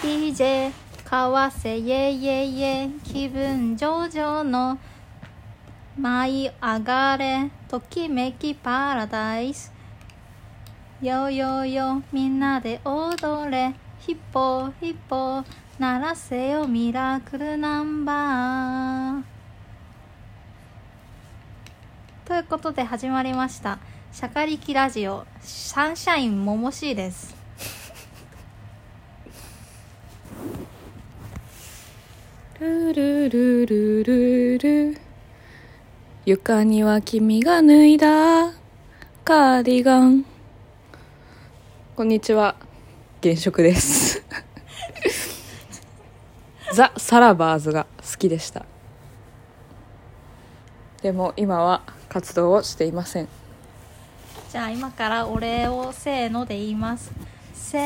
DJ 為瀬イェイイェイイェイ気分上々の舞い上がれときめきパラダイスよよよみんなで踊れヒッポーヒッポー鳴らせよミラクルナンバーということで始まりました「シャカリキラジオサンシャインももしい」ですルルルルルル床には君が脱いだカーディガンこんにちは現職です ザ・サラバーズが好きでしたでも今は活動をしていませんじゃあ今からお礼をせーので言いますせ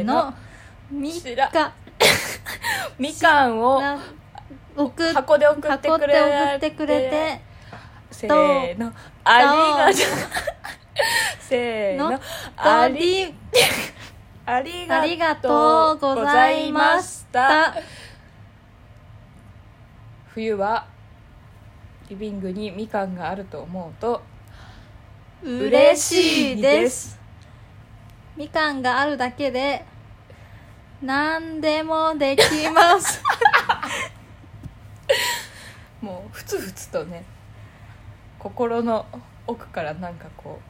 ーのみしからみかんをな送っ箱で送って箱くでれ送ってくれてせーのありがとうせーののありありありがとうございました冬はリビングにみかんがあると思うと嬉しいですみかんがあるだけで何でもできます もうふつふつとね心の奥からなんかこ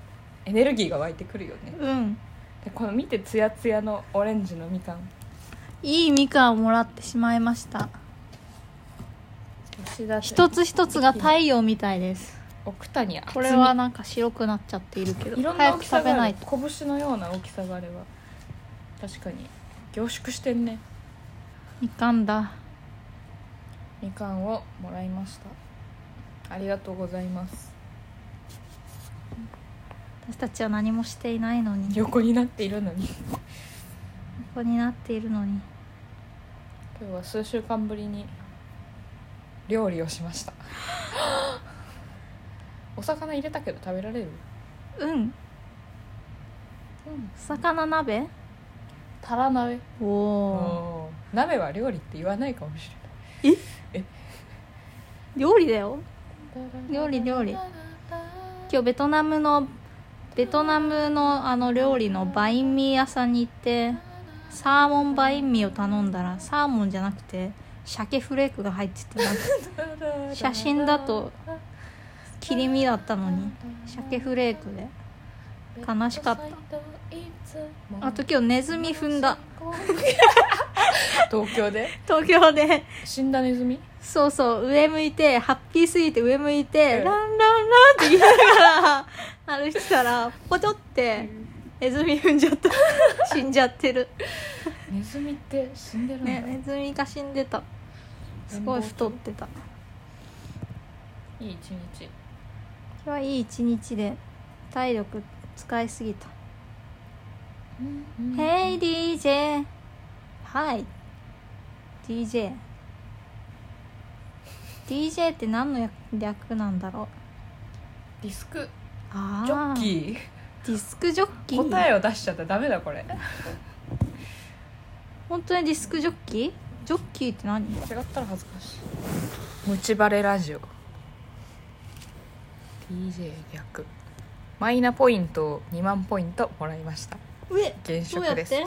うエネルギーが湧いてくるよねうんでこの見てツヤツヤのオレンジのみかんいいみかんをもらってしまいました一つ一つが太陽みたいです奥谷これはなんか白くなっちゃっているけいどろんな早大くきさ食べがあないると拳のような大きさがあれば確かに凝縮してんねみかんだみかんをもらいましたありがとうございます私たちは何もしていないのにこ横になっているのにこになっているのに今日は数週間ぶりに料理をしましたお魚入れたけど食べられる、うんうん、魚鍋タラ鍋おお鍋は料理って言わないかもしー料理だよれない料理料理今日ベトナムのベトナムのあの料理のバインミー屋さんに行ってサーモンバインミーを頼んだらサーモンじゃなくて鮭フレークが入ってて なんか写真だと切り身だったのに鮭フレークで悲しかったたあと今日ネズミ踏んだ東京で東京で死んだネズミそうそう上向いてハッピーすぎて上向いて、うんランランランって言いながら歩いてたらポチョってネズミ踏んじゃ った死んじゃってる、ネズミって死んでるんだ、ね、ネズミが死んでたすごい太ってたいい一日今日はいい一日で体力使いすぎた「Hey DJ」「はい」「DJ」DJ って何の略なんだろうディスクあージョッキディスクジョッキーー答えを出しちゃったらダメだこれ違っ本当にディスクジョッキージョッキーって何たら恥ずかしいムチバレラジオ DJ 逆マイナポイントを2万ポイントもらいました上現どうや職っですて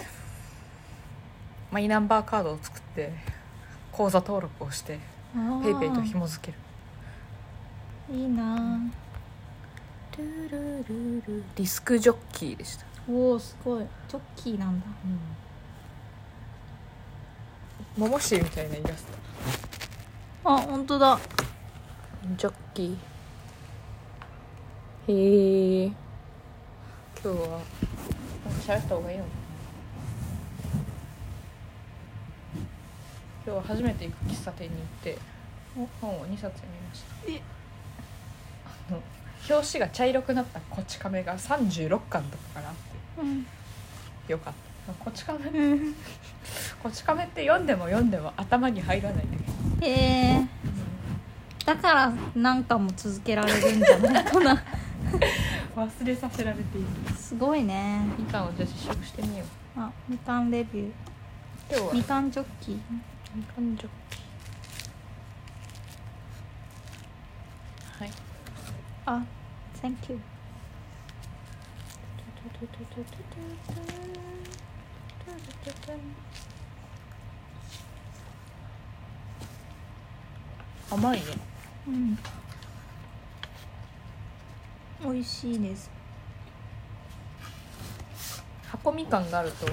マイナンバーカードを作って口座登録をしてペイペイと紐付けるあーいいなディスクジョッキーでした、ーおおすごいジョッキーなんだうん、モモシーみたいなイラストあ本当だジョッキーへえ今日は喋った方がいいのかな今日は初めて行く喫茶店に行って本を2冊読みましたえあの表紙が茶色くなった「こち亀」が36巻とかからあっうんてよかった「こち亀」こち亀って読んでも読んでも頭に入らないんだけどへえだから何かも続けられるんじゃないか な忘れさせられているすごいねみかんをじゃあ試食してみようあみかんレビュー今日はみかんジョッキみかんジョッキはいあ Thank you 甘いねうん美味しいです箱みかんがあると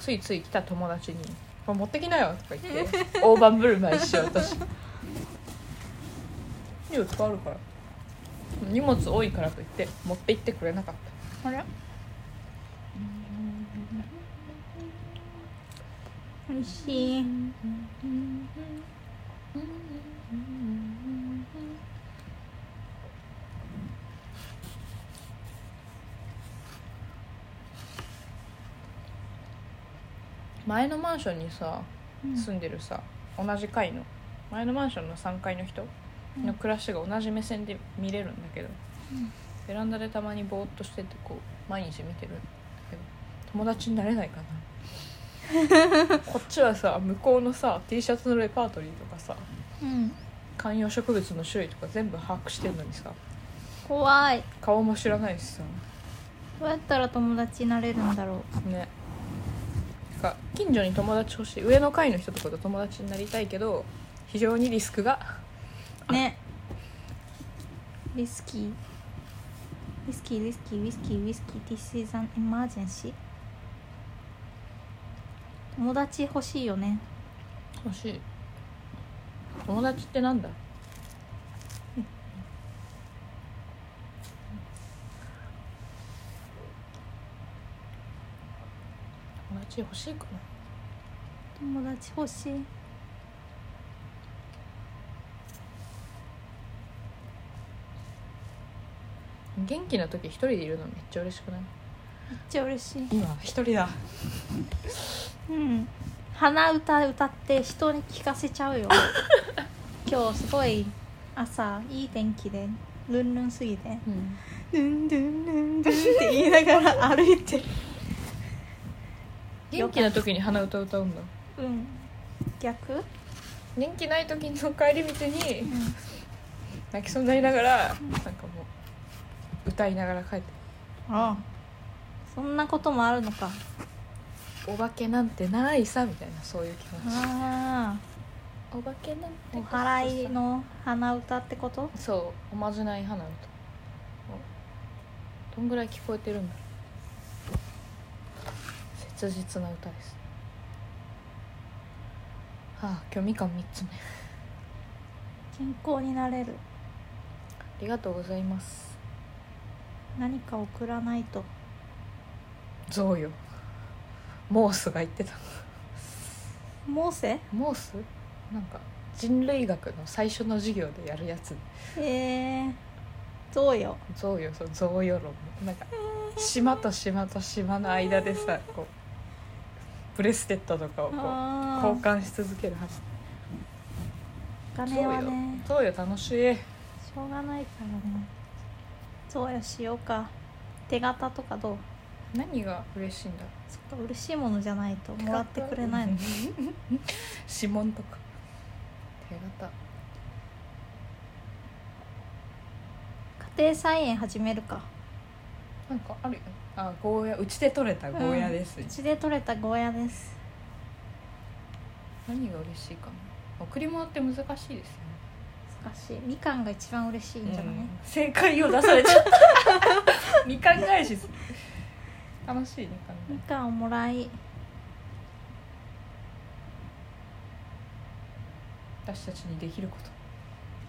ついつい来た友達に「これ持ってきなよ」とか言って 大盤振る舞いしちゃう私荷物あるから荷物多いからといって持って行ってくれなかったあれ美味しい前のマンションにさうん住んでるさ、同じ階の前のマンションの3階の人うんの暮らしが同じ目線で見れるんだけど、うんベランダでたまにぼーっとしててこう毎日見てるんだけど友達になれないか なこっちはさ向こうのさ T シャツのレパートリーとかさうん観葉植物の種類とか全部把握してんのにさ怖い顔も知らないしさどうやったら友達になれるんだろねなんか近所に友達欲しい上の階の人とかと友達になりたいけど非常にリスクがうねリスキーリスキーリスキーリスキーリスキー This is an emergency 友達欲しいよね欲しい友達ってなんだ友達欲しいかな友達欲しい元気な時一人でいるのめっちゃ嬉しくないめっちゃ嬉しい今一人だうん鼻歌歌って人に聞かせちゃ うよ今日すごい朝いい天気でルンルンすぎてうんルンルンルンルンって言いながら歩いて元気な時に鼻歌歌うんだうん逆、うん、元気ない時の帰り道に泣きそうになりながらなんかもう歌いながら帰ってああそんなこともあるのかお化けなんてないさみたいなそういう気持ちああお化けなんてお祓いの鼻歌ってことそうおまじない花歌どんぐらい聞こえてるんだろう切実な歌ですはあ今日みかん3つ目あ健康になれるりがとうございます何か送らないとゾウよモースが言ってたモーセモースなんか人類学の最初の授業でやるやつえー、どうよ贈与そう贈与論なんか島と島と島の間でさこうブレステッドとかをこうあ交あ換し続けるはずお金はね贈与楽しいしょうがないからねそうよしようか手形とかどう何が嬉しいんだろそっか嬉しいものじゃないとうもらってくれないの手形指紋とか手形家庭菜園始めるかなんかあるよあゴーヤうちで取れたゴーヤです、うちで採れたゴーヤです何が嬉しいかな贈り物って難しいですよね難しいみかんが一番嬉しいんじゃない、うん正解を出されちゃった みかん返しす楽しいね考えみかんをもらい私たちにできること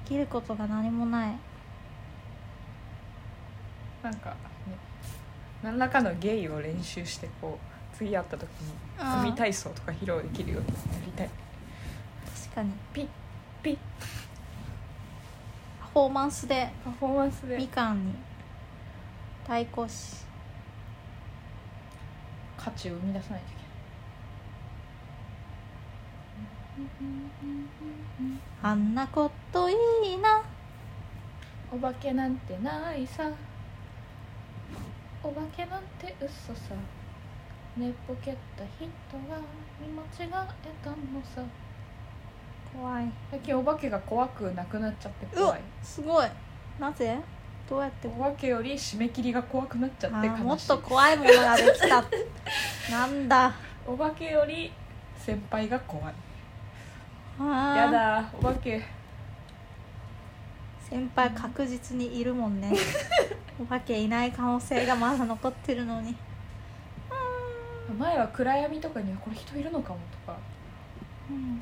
生きることが何もないなんかね何らかの芸を練習してこう次会った時にあー組体操とか披露できるようになりたい確かにピッピッパフォーマンスでパフォーマンスみでかんに対抗し価値を生み出さないといあんなこといいなけないお化けなんてないさお化けなんて嘘さ寝ぼけた人が見間違えたのさ怖い最近お化けが怖くなくなっちゃって怖いすごいなぜどうやってお化けより締め切りが怖くなっちゃあって悲しーいもっと怖いものができ たなんだお化けより先輩が怖いあーやだお化け先輩確実にいるもん ねお化けいない可能性がまだ残ってるのに前は暗闇とかにこれ人いるのかもとかうん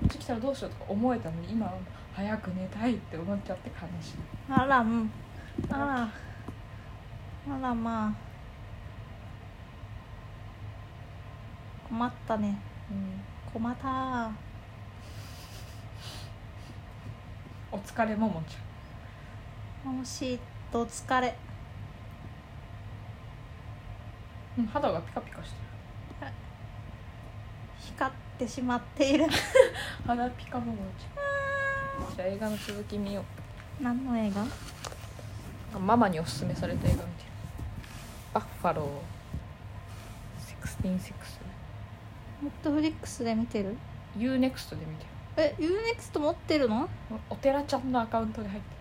こっち来たらどうしようとか思えたのに今は早く寝たいって思っちゃって悲しいあらうんあらあらまあ困ったねうん困ったーお疲れももちもしと疲れゃんうん肌がピカピカしてる光ってしまってい る肌ピカももちゃんじゃあ映画の続き見よ何の映画うママにおすすめされた映画見てるバッファロー166ネットフリックスで見てる UNEXT で見てるえ UNEXT 持ってるのお寺ちゃんのアカウントに入ってる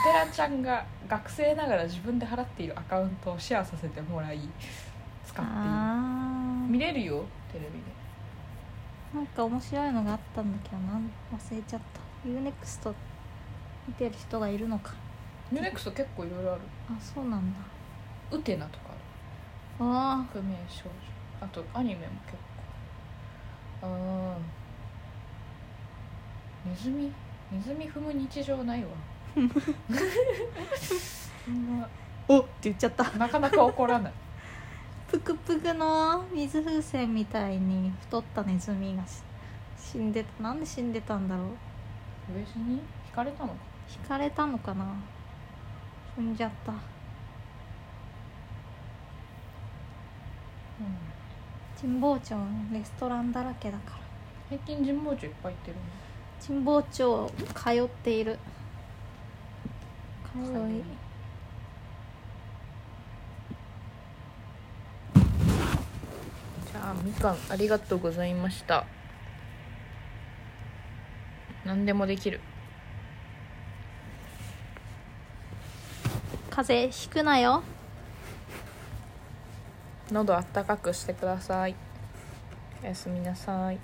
お寺ちゃんが学生ながら自分で払っているアカウントをシェアさせてもらい使ってあいい見れるよテレビでーなんか面白いのがあったんだけどなん忘れちゃった UNEXT 見てる人がいるのかユネクスト結構いろいろあるあそうなんだウテナとかあある不明少女あとアニメも結構あーネズミネズミ踏む日常ない わそんなーおって言っちゃったなかなか怒らないぷくぷくの水風船みたいに太ったネズミがし死んでたなんで死んでたんだろう上地に惹かれたのか引かれたのかな死んじゃったうん神保町レストランだらけだから最近神保町いっぱい行ってるね神保町通っている通いじゃあみかんありがとうございました何でもできる風邪ひくなよ喉あったかくしてくださいおやすみなさい